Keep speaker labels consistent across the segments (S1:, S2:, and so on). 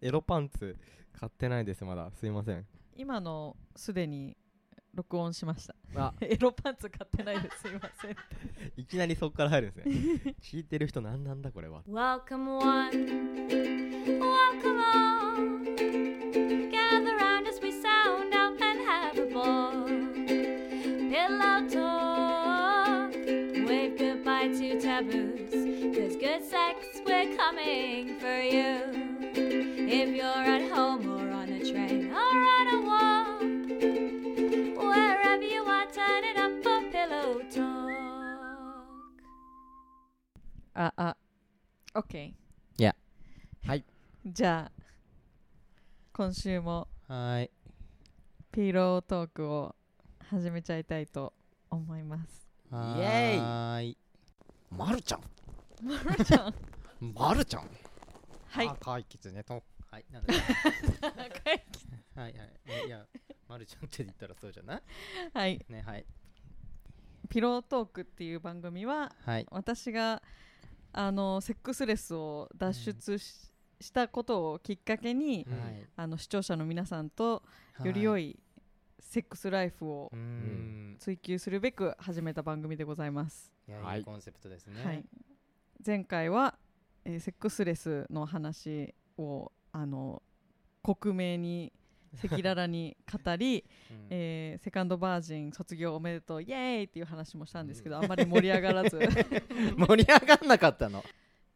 S1: エロパンツ買ってないですまだすいません
S2: 今のすでに録音しました
S1: あ
S2: エロパンツ買ってないですすいません
S1: いきなりそこから入るんですね聞いてる人何なんだこれは
S3: Welcome one, welcome all. Gather round as we sound out and have a ball. Pillow talk, wave goodbye to taboos. There's good sex, we're coming for you. If you're at home or on a train or on a walk, wherever you are, turn it up for pillow talk.
S2: ああ OK
S1: いやはい
S2: じゃあ今週も
S1: はい
S2: ピーロートークを始めちゃいたいと思います
S1: イエーイ
S4: まるちゃん
S2: まるちゃん
S4: まるちゃん
S2: はい
S4: 赤いキツネと
S1: はいなんだ
S2: 赤い
S1: はいはいいやまるちゃんって言ったらそうじゃない
S2: はい
S1: ねはい
S2: ピロートークっていう番組は
S1: はい
S2: 私があのセックスレスを脱出し,、したことをきっかけに、
S4: うん
S2: あの視聴者の皆さんとより良いセックスライフを
S4: うーん
S2: 追求するべく始めた番組でございます、
S4: いや
S1: はい
S4: いいコンセプトですね
S2: はい、前回は、えーセックスレスの話をあの克明に赤裸々に語り、
S4: うん
S2: えーセカンドバージン卒業おめでとうイエーイっていう話もしたんですけど、あんまり盛り上が らず
S4: 盛り上がんなかったの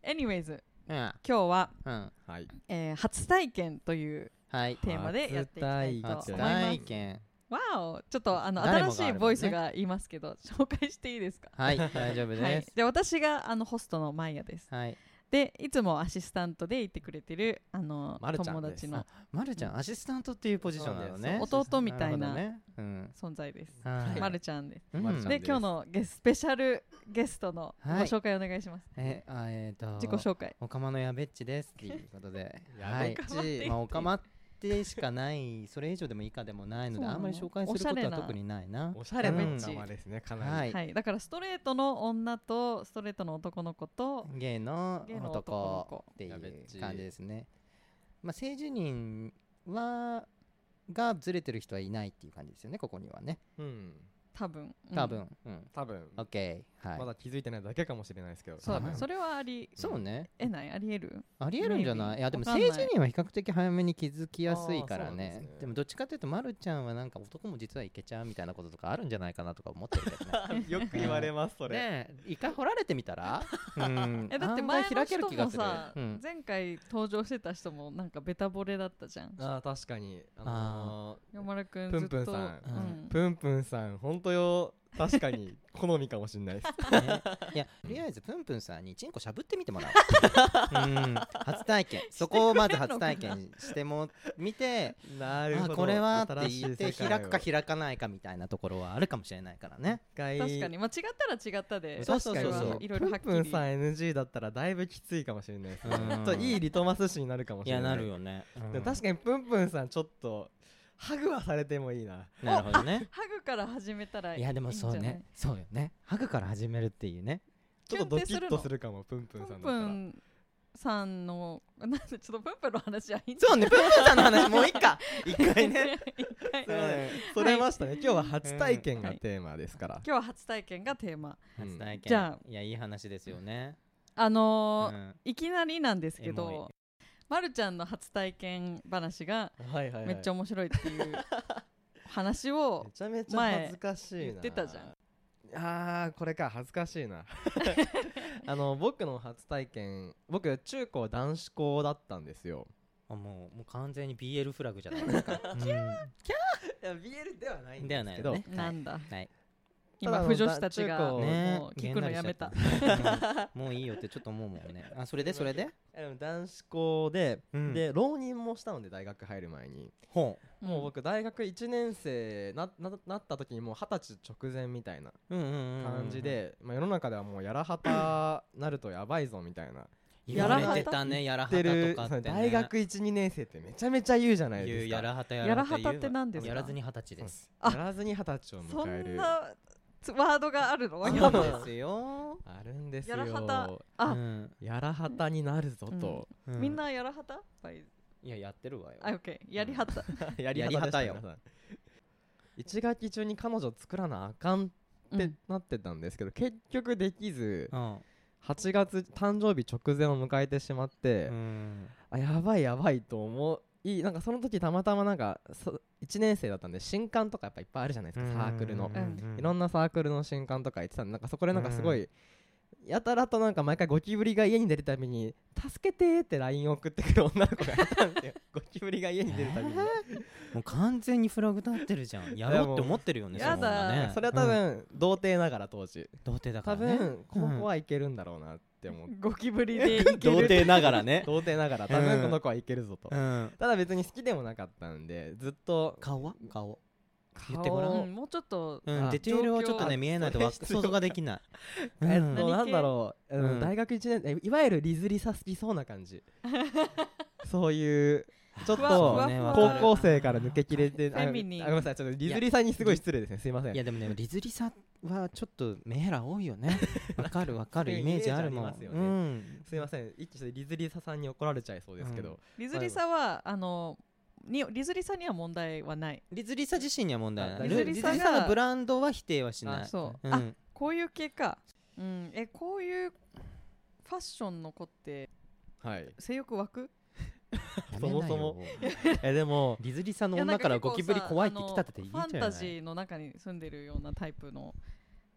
S2: Anyways
S4: うん
S2: 今日は
S4: うん
S1: はい
S2: えー初体験という
S4: はい
S2: テーマでやっていきたいと思いま
S4: 初
S2: す。
S1: 初
S4: 体験
S2: わおちょっとあの
S4: 誰も
S2: 新
S4: が
S2: しいボイスが言いますけど、紹介していいですか
S4: はい大丈夫
S2: はい
S4: です、
S2: で私があのホストのマイヤです。
S4: はい
S2: でいつもアシスタントでいてくれてるあの、
S1: まるちゃん
S2: 友
S1: です
S2: 達の
S4: まるちゃんアシスタントっていうポジションなのね
S2: そう弟みたいな
S4: るほどねうん
S2: 存在です。
S4: はい
S2: まるちゃんです。
S4: うん
S1: まるちゃん
S2: で
S1: です
S2: 今日のゲススペシャルゲストのご
S4: はい
S2: 紹介お願いします。
S4: えあえっと
S2: 自己紹介。
S4: おかまのやべっちですっていうこと で
S1: やべっ
S2: ちはい
S4: まあおかまってしかないそれ以上でも以下でもないの
S2: そう
S4: で
S2: なの
S4: あんまり紹介する
S2: お
S4: こ
S2: しゃ
S4: と
S2: れ
S4: は
S2: な
S4: 特にないな
S1: おしゃれな
S4: うん
S1: 仲間ですねかな
S4: は
S1: り
S4: い
S2: はい、だからストレートの女とストレートの男の子と
S4: ゲイの
S2: ゲイの男の子
S4: 男ってい
S1: やべっち
S4: う感じですねまあ性自認はがずれてる人はいないっていう感じですよねここにはね
S1: うん
S2: 多分。うん
S4: 多。分うん
S1: 多分
S4: OK はい
S1: まだ気づいてないだけかもしれないですけど
S2: そうだね
S4: 多分
S2: それはあり
S4: そうね
S2: えないありえる
S4: ありえるんじゃな
S2: Maybe
S4: いいやで
S2: わ
S4: も
S2: かんない
S4: 性自認は比較的早めに気づきやすいから
S1: あーそうなん
S4: ね
S1: ですね
S4: でもどっちかというとまるちゃんはなんか男も実はいけちゃうみたいなこととかあるんじゃないかなとか思ってるけどね
S1: よく言われますそれ、
S4: ねえ一回掘られてみた らうん
S2: えだって
S4: 案
S2: 前
S4: 外
S2: の
S4: 開ける
S2: 人
S4: 気が
S2: も
S4: する
S2: さ、
S4: うん
S2: 前回登場してた人もなんかベタボレだったじゃん
S1: あー確かにあの
S2: 山田くん
S1: ぷ
S2: ずっ
S1: んぷ
S2: と
S1: んさん
S2: う
S1: ー、
S2: ん
S1: プンプンさんほんとよ確かに好みかもしれない です
S4: ねいやとりあえずプンプンさんにチンコしゃぶってみてもら おううん初体験そこをまず初体験しても見て
S1: なるほ
S4: あ
S1: ど
S4: これはって
S1: 新しい
S4: 言っ
S1: 世
S4: て
S1: 界を
S4: 開くか開かないかみたいなところはあるかもしれないからね
S1: 一回
S2: 確かにまあ違ったら違ったで
S4: そうそうそう
S2: 私はいろいろはっきり
S1: プンプンさん NG だったらだいぶきついかもしれないですね
S4: うん
S1: ちょっといいリトマス紙になるかもしれない
S4: よね、
S1: でも確かにプンプンさんちょっとハグはされてもいいな
S4: なるほどね
S2: ハグから始めたらいい
S4: いやでもそうねそうよねハグから始めるっていうね
S1: ちょっとドキ
S2: キュンってする
S1: ッ
S2: の
S1: とするかもプンプ
S2: プ
S1: ンさ
S2: ン
S1: んだ
S2: プ
S1: ったら
S2: ンさんのなんでちょっとプンプンの話はいいんじゃ
S4: そうねプンプンさんの話もういい か一回
S2: ない
S4: ね
S2: 一回
S1: そうねそれましたね今日は初体験がテーマですから
S2: 今日は初体験がテーマ
S1: うん
S4: 初体験
S2: じゃ
S4: いやいい話ですよね、
S2: あ
S4: う
S2: のー
S4: ん、
S2: いきなりなんですけ
S4: エモ
S2: どまるちゃんの初体験話が
S1: はいはいはい
S2: めっちゃ面白いっていう話を
S1: めちゃめちゃ
S2: 前
S1: 恥ずかしいな
S2: 言ってたじゃん
S1: あーこれか恥ずかしいな あの僕の初体験僕中高男子校だったんですよ
S4: あもうもう完全に BL フラグじゃないですか、
S1: いや BL ではない
S4: うん、ではないよねはい
S2: なんだ
S4: はい
S2: 今
S1: ただ
S2: 不女子たち
S1: 中
S2: が
S1: 高
S4: ね
S2: もう聞くのやめた
S4: げんなりしちゃった うんもういいよってちょっと思うもんねあそれでそれで
S1: あの男子校で、
S4: うん
S1: で浪人もしたので大学入る前に
S4: ほ
S1: もう僕大学1年生なななった時にもう二十歳直前みたいな
S4: ううんうんうん
S1: 感じで、まあ、世の中ではもうやらはたなるとやばいぞみたいな
S4: やられてたねやらは
S1: 言
S4: たと
S1: ってる
S4: かっ
S1: そ
S4: て、
S1: の
S4: ね、
S1: 大学12年生ってめちゃめちゃ言うじゃない
S4: 言
S1: で
S4: う
S1: すか
S4: やらはたや
S2: やらはたって何ですか
S4: やらずに二十歳です
S2: あ
S1: やらずに二十歳を
S2: そ
S1: 迎え
S2: ん
S1: る
S2: なつワードがあるの
S4: そう
S1: やばい
S4: ですよ、
S1: あるんですよ
S2: やらはた
S4: う
S2: あ
S4: ん
S1: やらはたになるぞと、
S4: う
S2: みんなやらはたバイ
S4: いややってるわよ
S2: あ、オッケー。やりはった。
S1: や
S4: りはたよ
S1: りはた一学期中に彼女作らなあかん
S2: う
S1: って
S2: ん
S1: なってたんですけど、結局できず
S4: うん
S1: 8月誕生日直前を迎えてしまって、
S4: うん
S1: あやばいやばいと思いなんかその時たまたまなんか1年生だったんで新刊とかやっぱいっぱいあるじゃないですかサークルの
S2: う、ん
S1: いろんなサークルの新刊とか行ってたんでなんかそこでなんかすごい、やたらとなんか毎回ゴキブリが家に出るたびに「助けて!」って LINE を送ってくる女の子がいたんですよゴキブリが家に出るたびに、
S4: もう完全にフラグ立ってるじゃんやろうって思ってるよね
S2: やだ
S4: その女ね
S1: それは多分童貞ながら当時
S4: 童貞だか
S1: 多
S4: らね
S1: 分この子はいけるんだろうなって思う、
S2: ゴキブリ でいける。
S4: 童貞ながらね
S1: 童貞ながら多分この子はいけるぞと、
S4: うん
S1: ただ別に好きでもなかったんでずっと
S4: 顔は顔言
S1: 顔
S4: ってごら
S2: うん、もうちょっと。
S4: う
S1: あ
S4: んディテールはちょっと
S2: 状
S4: ね
S2: 況
S4: 見えないとわ想像ができないうん
S1: えっと、
S2: 何
S1: なん
S2: 系
S1: だろう、うん
S4: うん
S1: 大学1年えいわゆるリズリサ好きそうな感 じそういうちょっ
S2: ふわふ
S1: と
S2: わ
S1: 高校生から抜けきれて
S2: フ
S1: あ
S2: ェミニン
S1: あごめんなさいちょっとリズリサにすごい失礼ですねすいません
S4: いやでもねリズリさはちょっと目ヘラ多いよねわかるわかるイメージあるも
S1: イメージあり
S4: ん
S1: ますよ
S4: う
S1: ね
S4: ん
S1: すいません一気にリズリサさんに怒られちゃいそうですけど、
S2: リズリサは、あの、にリズリサには問題はない。
S4: リズリさ自身には問題ない
S1: リズ
S4: リ
S1: リ
S4: ズリ
S1: サ
S2: が
S4: さのブランドは否定はしない
S2: そう。
S4: うん
S2: あ、こういう系か。うん。え、こういうファッションの子って
S1: はい
S2: 性欲湧く
S4: やめなよ
S1: そもそもえでも
S4: リズリさの
S2: いやなん
S4: 女から
S2: 結構
S4: ゴキブリ
S2: さ
S4: 怖いって来たって
S2: あの
S4: 言いたい
S2: ファン
S4: じゃ
S2: タ
S4: な
S2: ジ
S4: い
S2: ーの中に住んでるようなタイプの。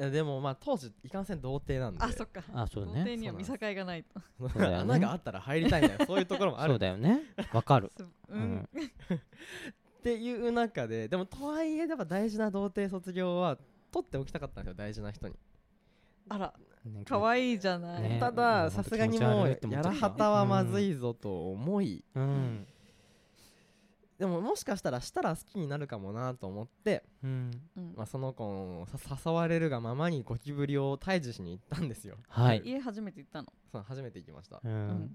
S1: えでもまあ当時いかんせん童貞なんで
S2: あ、そっか。
S4: あそう
S2: 童
S4: ね
S2: 貞には見
S1: そ
S2: 境
S1: う
S2: がないと。
S4: そうだよね
S1: 穴があったら入りたいんだよそういうところもあ
S4: そ
S1: る
S4: うだよねわかる
S2: す う
S4: うんん。
S1: っていう中ででもとはいえやっぱ大事な童貞卒業は取っておきたかったんですよ大事な人に
S2: あら、
S4: なんか
S2: 可愛いじゃない。
S4: ね
S1: た
S4: う
S1: だ
S4: ん
S1: さすがにも
S4: 本当気持ち悪いっ
S1: う
S4: て思っ
S1: や
S4: ちゃ
S1: ら
S4: った
S1: はたはまずいぞと思い、
S4: うん
S1: でももしかしたらしたら好きになるかもなと思って、
S4: うん
S2: うん
S1: まあ、その子をさ誘われるがままにゴキブリを退治しに行ったんですよ
S4: はい
S2: 家初めて行ったの。
S1: そう初めて行きました
S4: う
S2: うんん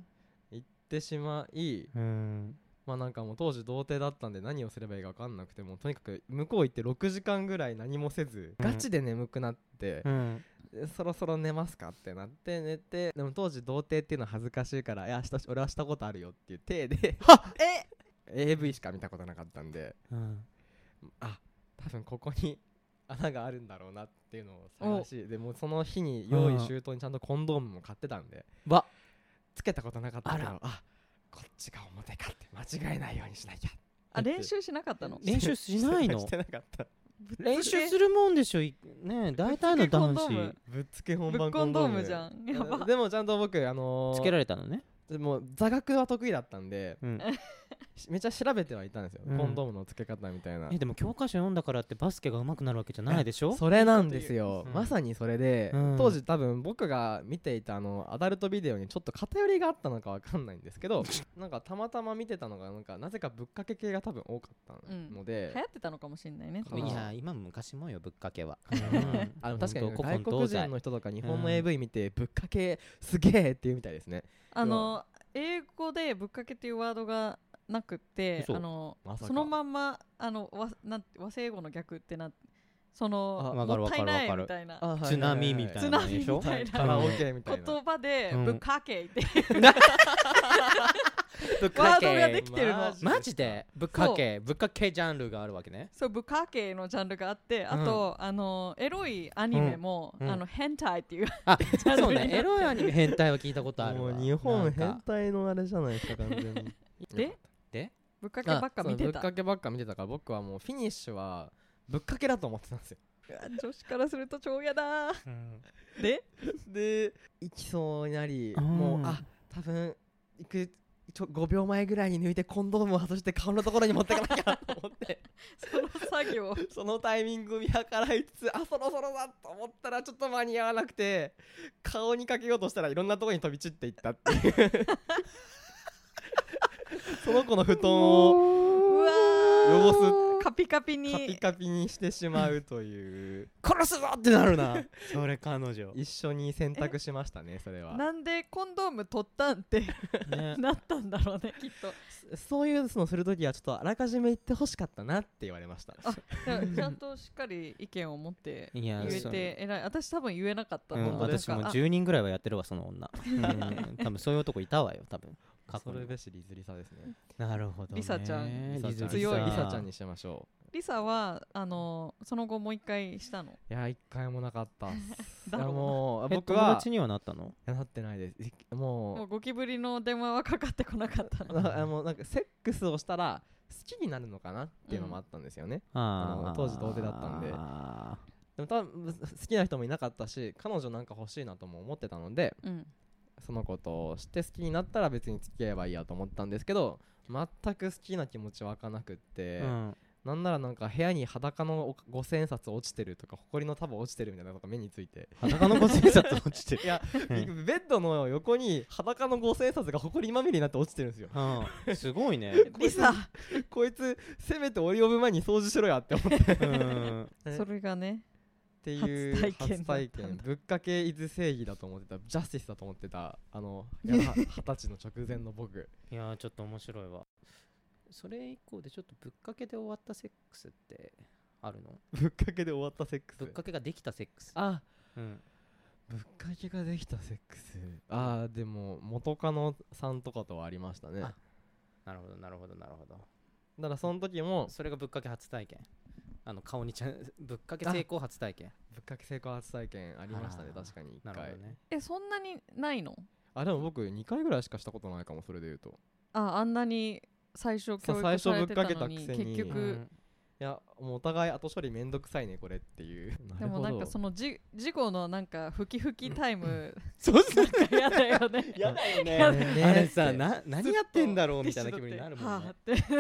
S1: 行ってしまい
S4: うん
S1: まあなんかもう当時童貞だったんで何をすればいいか分かんなくてもうとにかく向こう行って6時間ぐらい何もせず
S4: うん
S1: ガチで眠くなって、
S4: うん
S1: でそろそろ寝ますかってなって寝てでも当時童貞っていうのは恥ずかしいから「いやした俺はしたことあるよ」っていう体で
S2: え
S1: AV しか見たことなかったんで
S4: うん
S1: あ多分ここに 穴があるんだろうなっていうのを探しでもうその日に用意周到にちゃんとコンドームも買ってたんで
S4: わ
S1: つけたことなかったけど
S4: あ
S1: あこっちが表かって間違えないようにしなきゃ
S2: あ、練習しなかったの
S4: 練習しない の
S1: してなかった
S4: 練習するもんでしょいねえ大体の男
S2: ぶっつけコンド
S1: ぶっつけ本番
S2: ームぶっ
S4: 子
S2: こ
S1: コ
S2: ん
S1: ン
S2: ド
S1: ド
S2: ー
S1: ー
S2: ム
S1: ム
S2: じゃん。やば。
S1: でもちゃんと僕あのー
S4: つけられたのね
S1: でも座学は得意だったんで
S4: うん
S1: しめっちゃ調べてはいたんですよ、
S4: うん
S1: コンドームの付け方みたいな
S4: えでも教科書読んだからってバスケが上手くなるわけじゃないでしょ
S1: それなんですよ、
S4: うん
S1: まさにそれで、
S4: うん
S1: 当時多分僕が見ていたあのアダルトビデオにちょっと偏りがあったのかわかんないんですけ どなんかたまたま見てたのがなんかなぜかぶっかけ系が多分多かったので、
S2: 流行ってたのかもしれないね。
S1: う
S4: い
S1: ん
S4: や今も昔もよぶっかけ は
S1: あの確かに
S4: 本当
S1: 外国人の人とか日本の AV 見てぶっかけすげえっていうみたいですね
S2: あの、英語でぶっかけっていうワードがなくて、あ
S4: 嘘
S2: の
S1: まさ、か
S2: そのまんま、あの、わなんて和製英語の逆ってなんて、そ
S4: あ
S2: の、
S4: わかる
S2: もったいない
S4: わか
S2: み
S4: るわか
S2: たいな
S1: あはい
S4: 津波みたいなのでしょ
S2: 津波みた
S1: カラ
S2: いな
S1: オケみたいな
S2: 言葉で
S4: うん
S2: ぶっかけって
S4: ぶっ
S2: ワードができてる
S1: マ
S2: の
S1: ジ。
S4: マジでぶっかけぶっかけジャンルがあるわけね
S2: そう、ぶっかけのジャンルがあって、あと、あの、エロいアニメも、
S4: うんうん
S2: あの、変態っていう。
S4: あ
S2: ャンル
S4: そうねエロいアニメ変態は聞いたことある
S1: も
S4: わ
S1: う日本
S4: なん
S1: 変
S4: か
S1: 態のあれじゃないですか完全に
S2: で
S4: で
S2: ぶっかけばっか見
S1: そ
S2: て。
S1: うぶったかけばっか見てたから僕はもうフィニッシュはぶっかけだと思ってたんですよ
S2: 女子からすると超嫌だー。で、
S1: で行きそうになり
S4: うん
S1: もうあ多分行くちょ5秒前ぐらいに抜いてコンドームを外して顔のところに持ってかなきゃと思って
S2: その作業。
S1: そのタイミング見計らいつつあそろそろだと思ったらちょっと間に合わなくて顔にかけようとしたらいろんなところに飛び散っていったっていう その子の布団を
S2: うわ
S1: 汚
S2: ーカピカピに
S1: カピカピにしてしまうという
S4: 殺すぞってなるなそれ彼女
S1: 一緒に選択しましたねそれは
S2: なんでコンドーム取ったんって
S4: ね
S2: なったんだろうねきっと
S1: そういうのするときはちょっとあらかじめ言ってほしかったなって言われました
S2: あだからちゃんとしっかり意見を持って
S4: い
S2: 言
S4: や
S2: え
S4: そう
S2: て偉い私多分言えなかったと
S4: う
S2: 思
S4: ん
S2: う、
S1: 本当で
S4: 私
S2: な
S4: も
S2: んかあ
S4: 10人ぐらいはやってるわその女うん多分そういう男いたわよ多分過去
S1: それ
S4: に
S1: べしリズリサですね
S4: なるほどね
S2: リサちゃん
S4: リズリサ
S2: 強い
S1: リサちゃんにしてましょ
S2: リサはあのその後もう一回したの
S1: ういや一回もなかったっすい
S2: だ
S1: や
S2: ろうな
S1: もう
S4: え
S1: 僕
S4: 友
S1: は
S4: 達にはなったの
S1: いやなってないですいもう
S2: もうゴキブリの電話はかかってこなかったの
S1: なあのなんかセックスをしたら好きになるのかなっていうのもあったんですよね、
S4: あー
S1: あの当時童貞だったんで
S4: あ
S1: でも多分好きな人もいなかったし彼女なんか欲しいなとも思ってたので
S2: うん
S1: そのことをして好きになったら別に付き合えばいいやと思ったんですけど全く好きな気持ち湧かなくって、
S4: ーうん
S1: なんならなんか部屋に裸のお五千円札落ちてるとか埃の束落ちてるみたいなのが目について
S4: 裸の五千円札落ちてる
S1: いやベッドの横に裸の五千円札が埃まみれになって落ちてるん ですよ
S4: うんすごいね
S2: リサ
S1: こいつせめて俺呼ぶ前に掃除しろやって思って
S4: うん
S1: え
S2: それがね
S1: っていう
S2: 初体験だったんだ
S1: 初体験ぶっかけ伊豆正義だと思ってたジャスティスだと思ってたあのやは 二十歳の直前の僕
S4: いやーちょっと面白いわそれ以降でちょっとぶっかけで終わったセックスってあるの
S1: ぶっかけで終わったセックス
S4: ぶっかけができたセックス
S1: あ
S4: うん
S1: ぶっかけができたセックスあーでも元カノさんとかとはありましたね
S4: あなるほどなるほどなるほど
S1: だからその時も
S4: それがぶっかけ初体験あの顔にちゃん ぶっかけ成功初体験
S1: ぶっかけ成功初体験ありましたね
S4: あら
S1: 確かに
S4: な
S1: 1
S4: るほ
S1: 回
S4: どね
S2: えそんなにないの
S1: あでも僕2回ぐらいしかしたことないかもそれで言うと
S2: ああんなに最初教
S1: そう
S2: 育
S1: 最初
S2: されてた
S1: ぶっ
S2: の
S1: かけ
S2: に
S1: たくせに
S2: 結
S1: う
S2: 局、
S4: ん
S1: いやもうお互い後処理めんどくさいねこれって いう
S2: でもなんかそ
S1: の
S2: のじ事故のなんかふきふきタイム
S4: そうっすね
S2: 嫌だよね
S4: やだよ
S1: あ
S4: ね
S1: れ
S4: あれさ な何やってんだろうみたいな気分になるもん
S2: はあ
S4: ね
S2: って
S4: た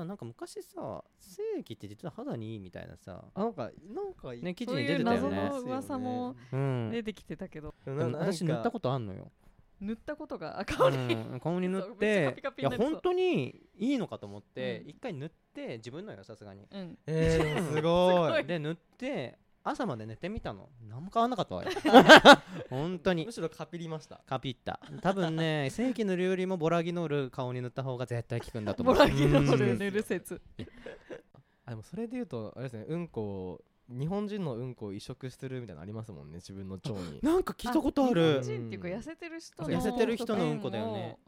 S4: だなんか昔さ正義って実は肌にいいみたいなさ
S1: なんかなんかい
S4: ね記事
S2: そう
S4: に
S2: い
S4: 出
S2: う
S4: てたよ
S2: 謎
S4: ね
S2: の噂も
S4: うん
S2: 出てきてたけど、
S1: でも
S4: で
S1: な
S4: も
S1: なんか
S4: 私塗ったことあんのよ
S2: 塗ったことがあ顔に、
S4: うん顔に塗っ
S2: そうめっちゃ
S4: て
S2: カピカピに
S4: いや
S2: なりそう
S4: 本当にいいのかと思って
S2: うん
S4: 一回塗って自分のよさすがに
S2: うん、
S1: えー、で もすごい
S4: で塗って朝まで寝てみたの何も変わんなかったわ よ本当に
S1: むしろカピりました
S4: カピった多分ね正規塗るよりもボラギノール顔に塗った方が絶対効くんだと思
S2: ボ
S4: う
S2: ラギノー
S4: う
S2: ル
S4: ん
S2: 塗る説
S1: あでもそれで言うとあれですねうんこを日本人のうんこを移植するみたいなのありますもんね自分の腸に
S4: なんか聞いたことあ
S2: 日
S4: る
S2: 本人っていうか痩せてる人の
S1: 痩せて
S4: る人のうんこだよね
S2: 便を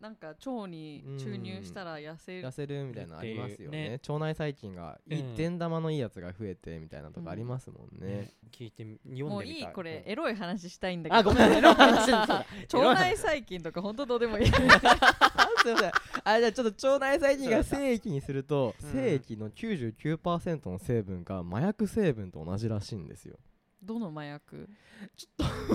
S2: なんか腸に注入したら痩せる
S1: 痩せるみたいなのありますよね
S4: ね
S1: 腸内細菌がいい
S4: うん
S1: 善玉のいいやつが増えてみたいなとかありますもんね、
S4: 聞いてみ読んでみた
S2: もういいこれエロい話したいんだけど
S4: あごめんエロい話 そうだ
S2: 腸内細菌とか本当どうでもい い
S1: あすいませんあじゃあちょっと腸内細菌が精液にすると
S4: うん
S1: 精液の99%の成分が麻薬成分と同じらしいんですよ
S2: どの麻薬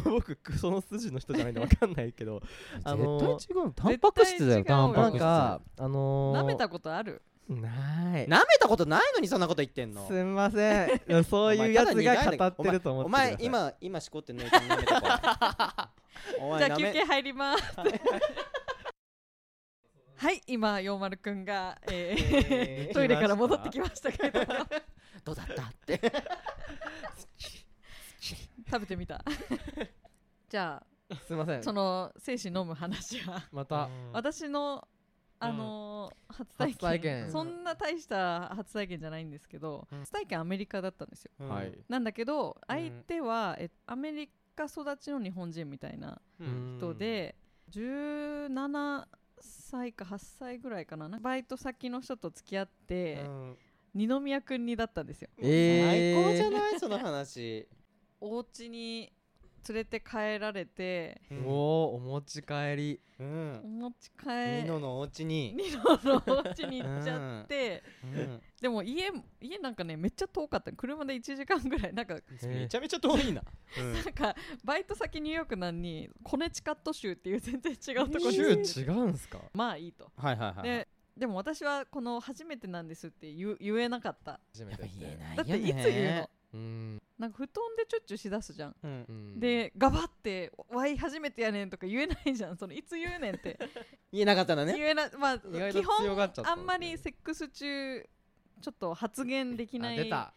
S1: 僕その筋の人じゃないんで分かんないけどあの
S4: 絶対違うタンパク質だよ
S2: 絶対違う
S4: タ
S2: よ
S4: ン
S1: な
S4: パ
S1: ん
S4: ク質
S1: かあのー、
S2: 舐めたことある
S1: ない
S4: 舐めたことないのにそんなこと言ってんの
S1: すんませんそういうやつが語ってると思って
S4: お
S1: ください
S4: 前今今しこって抜いて舐めたから お
S2: じ
S4: 前
S2: ゃあ休
S4: 舐め
S2: 憩入ります。はい、今、陽丸くんが、えー
S4: え ー
S2: トイレから戻ってきましたけ ど、
S4: どうだったって
S2: 食べてみた。 じゃ
S1: すいません
S2: あ、その精子飲む話は、
S1: また
S2: 私の、あのー初体験
S1: 初体験
S2: そんな大した初体験じゃないんですけど、
S4: うん
S2: 初体験アメリカだったんですよ。
S4: うん
S1: はい
S2: なんだけど、相手は、えアメリカ育ちの日本人みたいな
S4: うん
S2: 人で、17歳か8歳ぐらいかななんかバイト先の人と付き合って、二宮君にだったんですよ
S1: えー
S4: 最高じゃないその話
S2: お家に連れて帰られて
S1: おおお持ち帰り
S4: うん
S2: お持ち帰
S4: ニ
S2: り
S4: ノのお家に
S2: ニノのお家に行っちゃって、
S4: うん
S2: でも家家なんかねめっちゃ遠かった車で1時間ぐらいなんか
S4: めちゃめちゃ遠いな うん
S2: なんかバイト先ニューヨークなのにコネチカット州っていう全然違うところに
S1: 週違うんすか
S2: まあいいと
S4: はいはいはい
S2: ででも私はこの初めてなんですって言う言えなかった
S1: 初め
S4: やってぱ言え
S1: て
S4: ない
S2: だ
S4: よ
S2: っていつ言うの、
S4: ね
S1: うん
S2: なんか布団でチュッチュしだすじゃん、
S4: うん
S1: うん
S2: でガバって「わい初めてやねん」とか言えないじゃんそのいつ言うねんって
S4: 言えなかったんだ
S2: 言
S4: ね
S2: えなまあ
S1: 意外と
S2: 基本
S1: 強がっちゃった
S2: あんまりセックス中ちょっと発言できな
S1: あ
S2: い
S1: 出た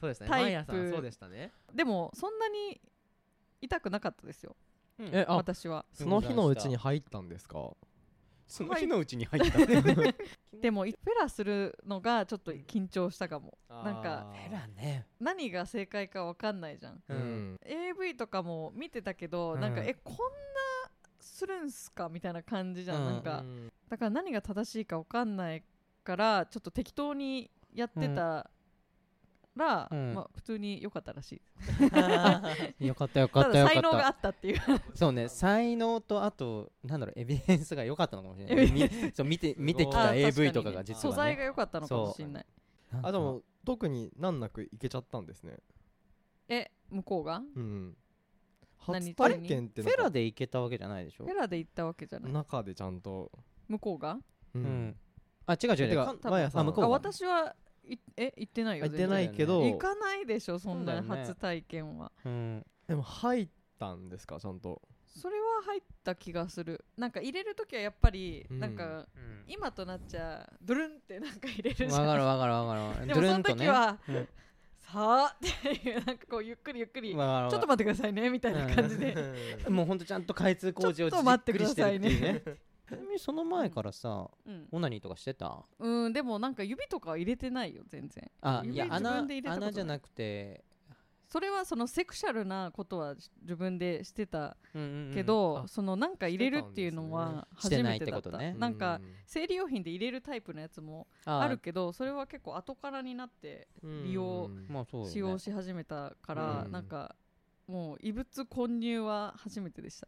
S1: そうでしたね
S2: タイプ
S1: マイヤさんそうでしたね
S2: でもそんなに痛くなかったですよ
S4: うん
S1: えあ
S2: 私は
S1: その日のうちに入ったんですか
S4: その日のうちに入ったね
S2: でもフェラするのがちょっと緊張したかもなんか
S1: あー
S4: えらね
S2: 何が正解か分かんないじゃん
S1: うん
S2: AV とかも見てたけど、なんか
S4: うん
S2: えこんなすするんすかみたいな感じじゃん、
S4: うん
S2: なんか、
S1: うん
S2: だから何が正しいか分かんないからちょっと適当にやってたら、
S4: うん
S2: まあ、普通に良かったらしい
S4: よかったよか
S2: た
S4: ったよ
S2: だ
S4: か
S2: 才
S4: っ
S2: 能があ
S4: た
S2: った っていう
S4: そうね才能とあとなんだろうエビデンスが良かったのかもしれな
S2: エ
S4: い
S2: ビデ
S4: みそう見て見てき
S1: あ確
S4: た
S1: か
S2: に
S4: AV とかが実
S2: 素
S4: は
S2: 材
S4: ね
S2: が良かったのかもしれない
S4: なんか
S1: あでも特に難なくいけちゃったんですね
S2: え向こうが
S1: うん初
S2: 何
S1: 体験って
S4: フ
S1: なんか
S4: ェラでいけたわけじゃないでしょ
S2: フェラで行ったわけじゃない
S1: 中でちゃんと
S2: 向こうが
S1: う
S4: うんあ違う違う違
S1: て
S4: う
S1: か
S2: 多分
S1: マヤさん
S4: あ向こう
S2: あ
S4: が
S2: 私はいえ行ってないよ
S1: 行ってない
S2: 全
S1: けど
S2: 然行かないでしょそんな
S4: そうだよね
S2: 初体験は
S4: うん
S1: でも入ったんですかちゃんと
S2: それは入った気がするなんか入れる時はやっぱり
S1: うん
S2: なんか今となっちゃドルンってなんか入れるじ
S4: わ
S2: ゃん
S4: かるわかるわかる
S2: でもその
S4: ドゥルンと
S2: 時
S4: ね
S2: は、
S4: うん
S2: さあっていうなんかこうゆっくりゆっくり、
S4: わかるわかる
S2: ちょっと待ってくださいねみたいな感 じで、
S4: もうほんとちゃんと開通工事
S2: ちょ
S4: をじ
S2: っと
S4: っ
S2: 待って
S4: く
S2: くだ
S4: りして
S2: さ
S4: る
S2: い
S4: っ
S2: ね
S4: ていうね ちなみにその前からさ
S2: うん、
S4: オナニーとかしてた
S2: うんでもなんか指とかは入れてないよ全然
S4: あ
S2: 指
S4: いや
S2: 自
S4: 穴
S2: 分で入れたことない
S4: 穴じゃなくて
S2: それはそのセクシャルなことは自分でしてた
S4: うんうんうん
S2: けど、
S1: あ
S2: そのなんか入れるっていうのは
S4: し
S2: 初
S4: てな
S2: め
S4: いってて
S2: だ
S4: こ
S2: った
S4: とね
S2: なんか生理用品で入れるタイプのやつもあるけどそれは結構後からになって利用
S4: まあそうよね
S2: 使用し始めたから、
S1: うん
S2: なんかもう異物混入は初めてでした、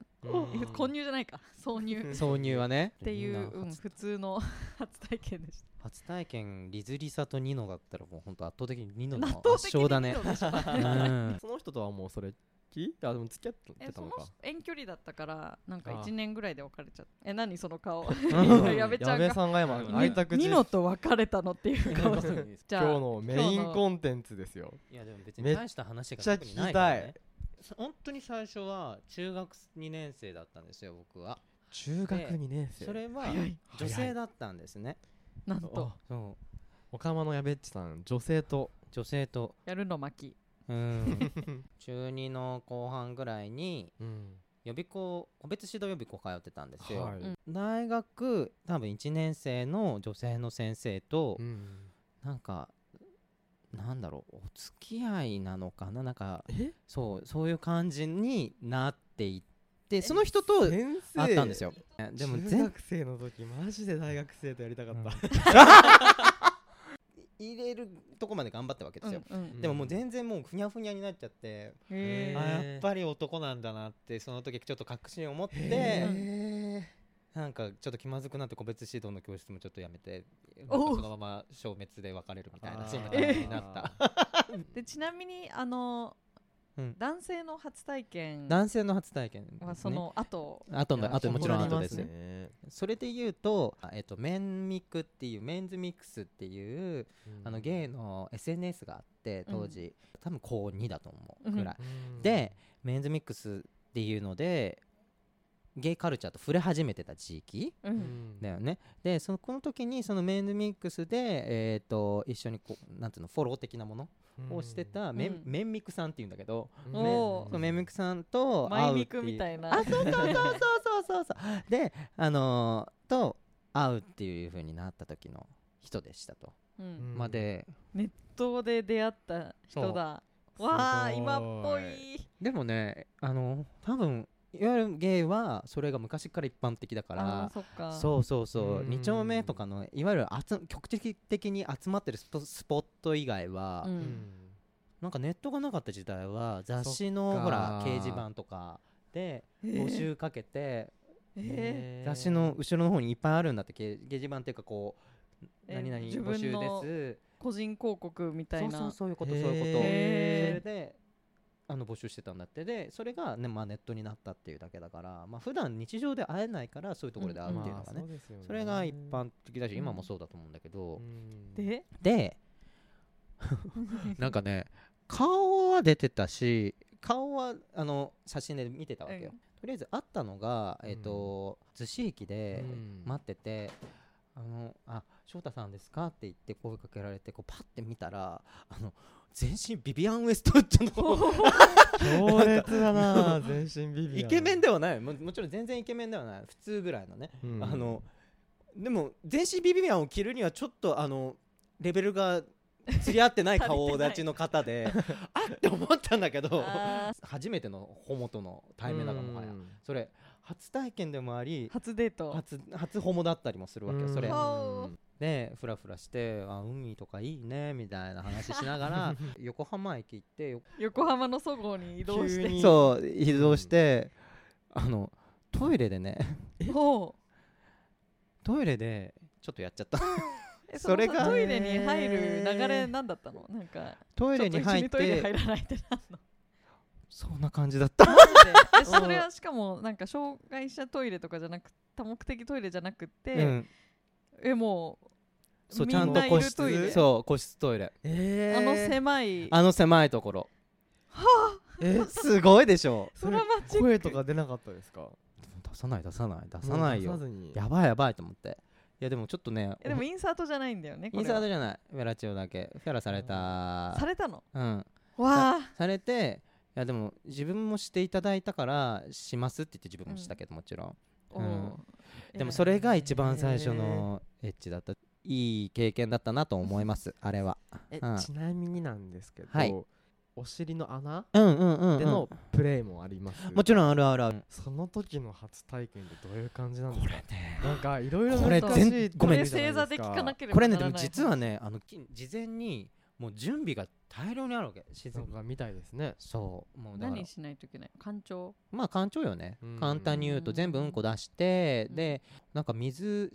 S2: 異物
S1: こ
S2: 混入じゃないか挿入
S4: 挿入はね
S2: って い
S4: みん
S2: う、
S4: な
S2: うん、普通の 初体験でした。
S4: 初体験リズリサとニノだったらもう本当圧倒的にニノの
S2: 納
S4: 圧
S2: 豆
S4: 勝だね うん
S1: その人とはもうそれっきりあでも付き合っ
S2: え
S1: てた
S2: そ
S1: の
S2: の
S1: か
S2: 遠距離だったからなんか
S1: あ
S2: 1年ぐらいで別れちゃったえ何その顔
S4: うん
S2: 矢部ちゃ
S1: 矢
S2: んが
S1: 部さんが今
S4: うん
S1: 開いた口
S2: ニ
S1: 今
S2: ノと別れたのって いう顔してるじ
S1: 日
S2: ゃあ
S1: のメインコンテンツですよ
S4: いやでも別
S1: め
S4: に
S1: っ
S4: 大した話が
S1: ちゃ
S4: 特
S1: 聞
S4: に
S1: き
S4: ないから
S1: た
S4: ね
S1: い
S4: 本当に最初は中学2年生だったんですよ僕は
S1: 中学2年生
S4: それは
S2: 早い
S4: 女性だったんですね
S2: なんと
S1: あ
S4: そう
S1: おかまの矢部っちさん女性と
S4: 女性と
S2: やるの巻き
S4: うん 中2の後半ぐらいに
S1: うん
S4: 予備校個別指導予備校通ってたんですよ、
S1: は
S2: うん
S1: い
S4: 大学多分1年生の女性の先生と
S1: うん
S4: なんかなんだろうお付き合いなのかななんか
S1: え
S4: そうそういう感じになっていってその人と
S1: 先生
S4: あったんですよでも
S1: 中
S4: 全
S1: 学生の時マジで大学生とやりたかった
S4: 入れるとこまで頑張ったわけで
S2: う
S4: す
S2: ん
S4: よ、
S2: うん
S4: でももう全然もうふにゃふにゃになっちゃって、
S2: へ
S1: へ
S4: あ
S2: ー
S1: ー
S4: やっぱり男なんだなってその時ちょっと確信を持っ
S1: へ
S4: てなんかちょっと気まずくなって個別指導の教室もちょっとやめてなんか
S2: おう
S4: そのまま消滅で別れるみたいなそんな
S1: あ
S4: 感
S1: ー
S4: じに なった
S2: でちなみにあの
S4: うん
S2: 男性の初体験
S4: 男性の初体験ですね
S2: はその後
S4: あと
S1: い
S4: の
S1: や
S4: あともちろん
S1: そこ
S4: 後
S1: なりま
S4: で
S1: すす
S4: よ
S1: ね
S4: それで言うと、あえっと、メンミクっていうメンズミックスっていう、あのゲイの SNS があって当時、多分高2だと思うぐらい、
S1: うん
S4: でメンズミックスっていうのでゲイカルチャーと触れ始めてた時期
S2: う
S1: うんん
S4: だよねでそのこの時にそのメンズミックスで、えっと一緒にこうなんていうのフォロー的なものをしてたメン,、
S2: うん
S4: メンミクさんっていうんだけど、
S1: うん
S2: おー
S4: そのメンミクさんと
S2: マイ
S4: 会うっ
S2: ミ
S4: てい
S2: ク
S4: う
S2: みたいな
S4: あそうそうそうそうそうそうそうであのーと会うっていう風になった時の人でしたと、
S2: うん
S1: うん
S4: まあで
S2: ネットで出会った人だわあ
S1: すごい
S2: 今っぽい
S4: でもねあの多分いわゆるゲイはそれが昔から一般的だか
S2: あ
S4: ら
S2: ーそっか
S4: そうそうそう
S1: うん
S4: 2丁目とかのいわゆる集局地的に集まってるスポスポット以外は、
S2: うん
S1: うん
S4: なんかネットがなかった時代は雑誌
S1: そ
S4: の
S1: っか
S4: ほら掲示板とかで
S2: えー
S4: 募集かけて
S2: え
S4: 雑誌の後ろの方にいっぱいあるんだって掲掲示板っていうかこう
S2: え
S4: 何々
S2: 自
S4: 募
S2: 分
S4: 集
S2: の
S4: です
S2: ー個人広告みたい
S4: そう
S2: な
S4: そうそういうことそう
S1: へ
S4: い
S1: ー
S4: うことそ
S2: へー
S4: れであの募集してたんだってでそれが、ねまあ、ネットになったっていうだけだからまあ普段日常で会えないからそういうところで会うっていうのがね、
S1: まあそうですよね
S4: それが一般的だし、
S2: うん
S4: 今もそうだと思うんだけど、
S1: うん
S2: で
S4: でなんかね顔は出てたし顔はあの写真で見てたわけよ、
S2: うん
S4: とりあえず会ったのが、えっと逗子駅で
S1: うん
S4: 待ってて「あのあ翔太さんですか?」って言って声かけられてこうパッて見たらあの全身ビビアン・ウエストウッドの
S1: 強烈だな全身ビビア
S4: イケメンではないももちろん全然イケメンではない普通ぐらいのね、
S1: うん
S4: あのでも全身ビビアンを着るにはちょっとあのレベルが釣り合って ない顔立ちの方 であって思ったんだけど
S2: あー
S3: Uh,
S4: 初めてのホモとの対面だからもはや
S1: うん
S4: それ初体験でもあり
S2: 初デート
S4: 初初ホモだったりもするわけよそれ
S1: うん
S2: ほう
S4: でフラフラしてあ海とかいいねみたいな話しなが ら横浜駅行ってよ
S2: 横浜のそごうに移動し
S1: 急に
S2: て
S4: そう移動して、あのトイレでね
S2: ほう
S4: トイレでちょっとやっ ちゃった
S2: え
S4: それが
S2: のトイレに入る流れなんだったのなんか
S4: トイレに入っ
S2: ちょっと一緒にトイレ入
S4: て
S2: らないって なんの
S4: そんな感じだった
S2: マジでえ
S1: うん
S2: それはしかもなんか障害者トイレとかじゃなく多目的トイレじゃなくて、
S4: うん
S2: えもう
S4: そう
S2: み
S4: ちゃん
S2: ん
S4: と
S2: ない
S4: 個
S2: るトイ
S4: 室
S2: レ
S4: そう個室トイレ
S1: え
S2: あの狭い
S4: あの狭いところ
S1: え
S4: すごいでしょ
S2: それはマジック
S1: 声とか出なかったですか
S4: 出さない出さない出さない
S1: も
S4: よ
S1: う出さずに
S4: やばいやばいと思っていやでもちょっとね
S2: えでもインサートじゃないんだよねこれ
S4: インサート
S2: は
S4: じゃないフェラチオだけフェラされた
S2: されたの
S4: うん
S2: わあ
S4: されていやでも自分もしていただいたからしますって言って自分もしたけどもちろん、
S2: おー
S4: でもそれが一
S1: え
S4: 番
S1: ー
S4: 最初のエッチだったいい経験だったなと思いますあれは
S1: え
S4: うん
S1: ちなみになんですけど、
S4: はい
S1: お尻の穴
S4: うんうんうん、
S1: でのプレイもあります、
S4: もちろんあるあるある
S1: その時の初体験ってどういう感じなんです
S4: こ
S1: か
S4: れね
S1: なんかいろいろ
S4: これ
S1: 難しい
S4: 全
S2: こ
S4: ごめん
S2: れ正座で聞かなければ
S4: これね
S2: な
S4: で
S2: ら
S4: も
S2: ない
S4: 実はねあのき事前にもう準備が大量にあるわけ自
S1: な
S4: 然
S1: んかみたいですね
S4: そうもうだから
S2: 何しないといけない干潮
S4: まあ艦長よね
S1: うん
S4: 簡単に言うと全部うんこ出して
S2: うん
S4: でなんか水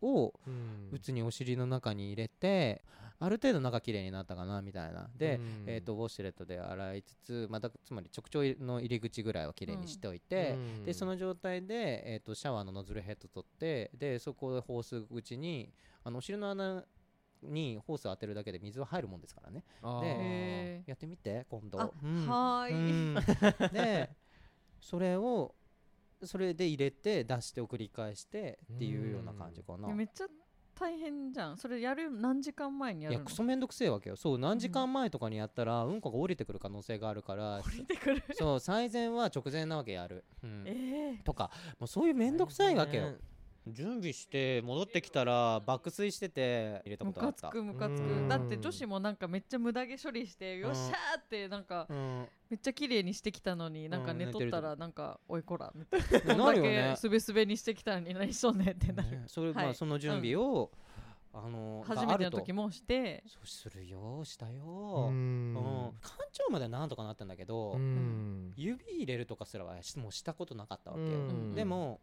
S4: を
S1: うん
S4: うつにお尻の中に入れてある程度中綺麗になったかなみたいなで、
S1: うん
S4: えー、とウォシュレットで洗いつつまたつまり直腸の入り口ぐらいは綺麗にしておいて、
S1: うん
S4: でその状態で、えー、とシャワーのノズルヘッド取ってでそこでホース口にあのお尻の穴にホース当てるだけで水は入るもんですからね
S1: あー
S4: で
S2: へ
S4: やってみて今度
S2: あ、
S4: うん
S2: はーい、
S4: Mm. うんでそれをそれで入れて出してを繰り返してっていうような感じかな。
S2: えめっちゃ大変じゃんそれやる何時間前にや
S4: い
S2: る
S4: や
S2: の
S4: クソめんどくせえわけよそう何時間前とかにやったらうんこが降りてくる可能性があるから
S2: 降りてくる
S4: そう最善は直前なわけやる、うん
S2: えー
S4: とかもうそういうめんどくさいわけ
S1: 大
S4: よ
S1: 変
S4: 準備して戻ってきたら爆睡してて入れたこ
S2: ム
S4: とが
S2: カ
S4: あっ
S2: つ
S4: た
S2: くムカつ
S1: うん
S2: くだって女子もなんかめっちゃ無駄毛処理してよっしゃーってなんか
S4: うん
S2: めっちゃ綺麗にしてきたのになんか
S4: うん
S2: 寝
S4: 寝
S2: と
S4: て
S2: っ
S4: る
S2: たらなんかおいこらみたいな
S4: な
S2: ど
S4: る
S2: んだ
S4: よ
S2: け
S4: ね
S2: すべすべにしてきたのに何しとんねんってなる
S4: ねそれ、
S2: はい
S4: まあその準備を、あの
S2: 初
S4: が
S2: め
S4: あ
S2: ての
S4: ると
S2: 時もして
S4: そうするよした
S1: う
S4: よ、うん
S1: ん
S4: 館長まではなんとかなったんだけど、
S1: うん
S4: 指入れるとかすらはしもうしたことなかったわけよ、
S1: うん
S4: でも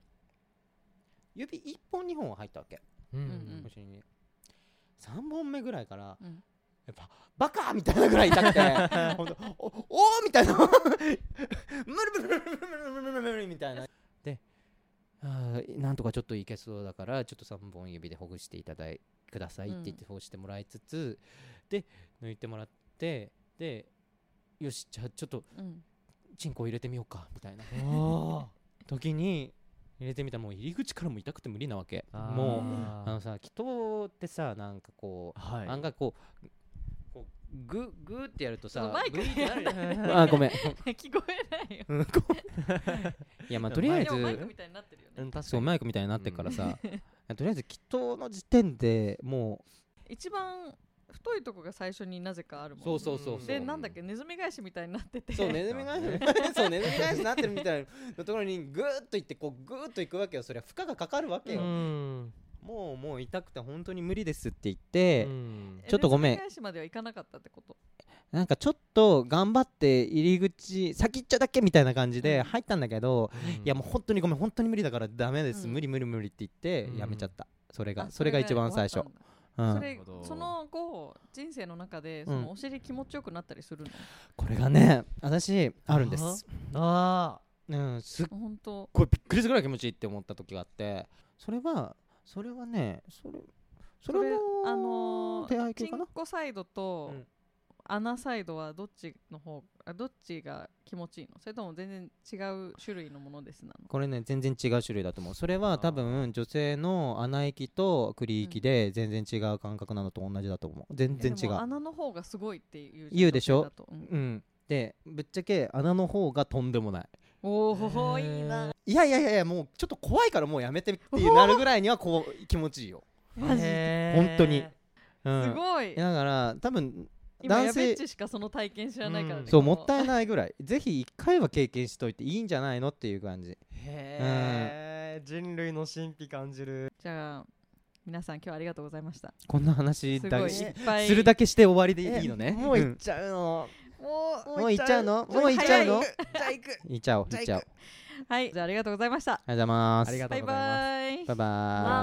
S4: 指1本2本は入ったわけ
S1: うん
S2: うん
S4: お尻に3本目ぐらいからや
S2: うん
S4: っぱバカみたいなぐらい痛くて ほんとおおーみたいな ムルムルムルムルムルムルムルみたいなであーなんとかちょっといけそうだからちょっと3本指でほぐしていただいくださいって言ってほぐしてもらいつつ、で抜いてもらってでよしじゃあちょっと
S2: うん
S4: チンコ入れてみようかみたいな
S1: あ
S4: 時に入れてみたらもう入り口からも痛くて無理なわけ
S1: ー
S4: もう
S1: あ
S4: あの
S1: ー
S4: さ祈祷ってさなんかこう、
S1: はい
S4: 案外こうこうグーグーってやると
S2: ちょっ
S4: さ
S2: とマイク
S4: グイってなるじゃん
S1: や
S4: あご めん
S2: 聞こえないよ
S4: うんこういやまあとりあえ
S2: で
S4: ず
S2: もマイクみたいになってるよ
S1: うん
S2: ね
S1: 確かに
S4: そうマイクみたいになってっからさ、いやとりあえず祈祷の時点でも
S2: 一番太いとこが最初になぜかある
S4: う
S2: もん
S4: そうそうそうそう
S2: でなんだっけネズミ返しみたいになってて
S4: そ うネズミ返し そうネズミ返しになってるみたいなところにグーッといってこうグーッといくわけよそれは負荷がかかるわけよ、
S1: うん
S4: もうもう痛くて本当に無理ですって言って、
S1: うん
S2: え
S4: ちょっとごめん
S2: ネズミ返しまではいかなかったってこと
S4: なんかちょっと頑張って入り口先っちょだけみたいな感じで入ったんだけど、いやもう本当にごめん本当に無理だからダメです、
S2: うん
S4: 無理無理無理って言ってやめちゃった、それが
S2: あ
S4: それが一番最初
S2: 終わったんだ
S4: うん
S2: それ
S1: なるほど
S2: その後人生の中でそ
S4: うん
S2: のお尻気持ちよくなったりするの、
S4: これがね私あるんで
S1: あは
S4: す、
S1: あ
S4: うん、すっ
S2: 本当
S4: ごいびっくりするぐらい気持ちいいって思った時があってそれはそれはねそれそれも
S2: あの
S4: 出会い
S2: ー、
S4: 系
S2: チ
S4: か
S2: ン
S4: な
S2: コサイドと
S4: うん
S2: 穴サイドはどっちの方あどっちが気持ちいいのそれとも全然違う種類のものですなの
S4: これね全然違う種類だと思うそれは多分女性の穴行きと栗行きで全然違う感覚なのと同じだと思う全然
S2: え
S4: 違
S2: でも
S4: う
S2: 穴の方がすごいっていう
S4: 言うでしょ
S2: 女性だとうん
S4: うんでぶっちゃけ穴の方がとんでもない
S2: おーいいない
S4: やいやいやいやもうちょっと怖いからもうやめてっていうなるぐらいにはこう気持ちいいよ
S2: マジで
S4: 本当に、うん、
S2: すごい
S4: いやだから多分
S2: 今や
S4: 男
S2: べっち
S4: 性
S2: しかその体験知らないから
S1: うん
S2: ね
S4: そうもった
S2: い
S4: いないぐらいぜひ一回は経験しといていいんじゃないのっていう感じ
S1: へえ人類の神秘感じる
S2: じゃあ皆さん今日はありがとうございました
S4: こんな話
S2: すご
S4: だ
S2: い
S4: し
S2: いっぱい
S4: するだけして終わりでいいのね
S1: もう
S4: う
S1: 行っ
S4: ん
S1: ちゃう の
S2: もう
S4: もう行っちゃうのもう行っちゃうの行っちゃおう行っちゃおう
S2: はいじゃあありがとうございました
S4: ありがとうございます
S1: ありがと
S2: バ
S1: う
S2: イ
S1: ございます
S2: バイ
S4: バ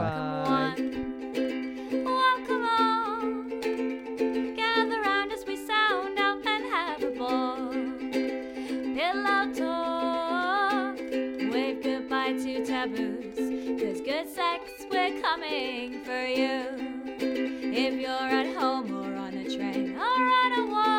S4: イバーイ
S3: Welcome one, welcome all. Gather round as we sound out and have a ball. Pillow talk, wave goodbye to taboos. Cause good sex, we're coming for you. If you're at home or on a train or on a walk.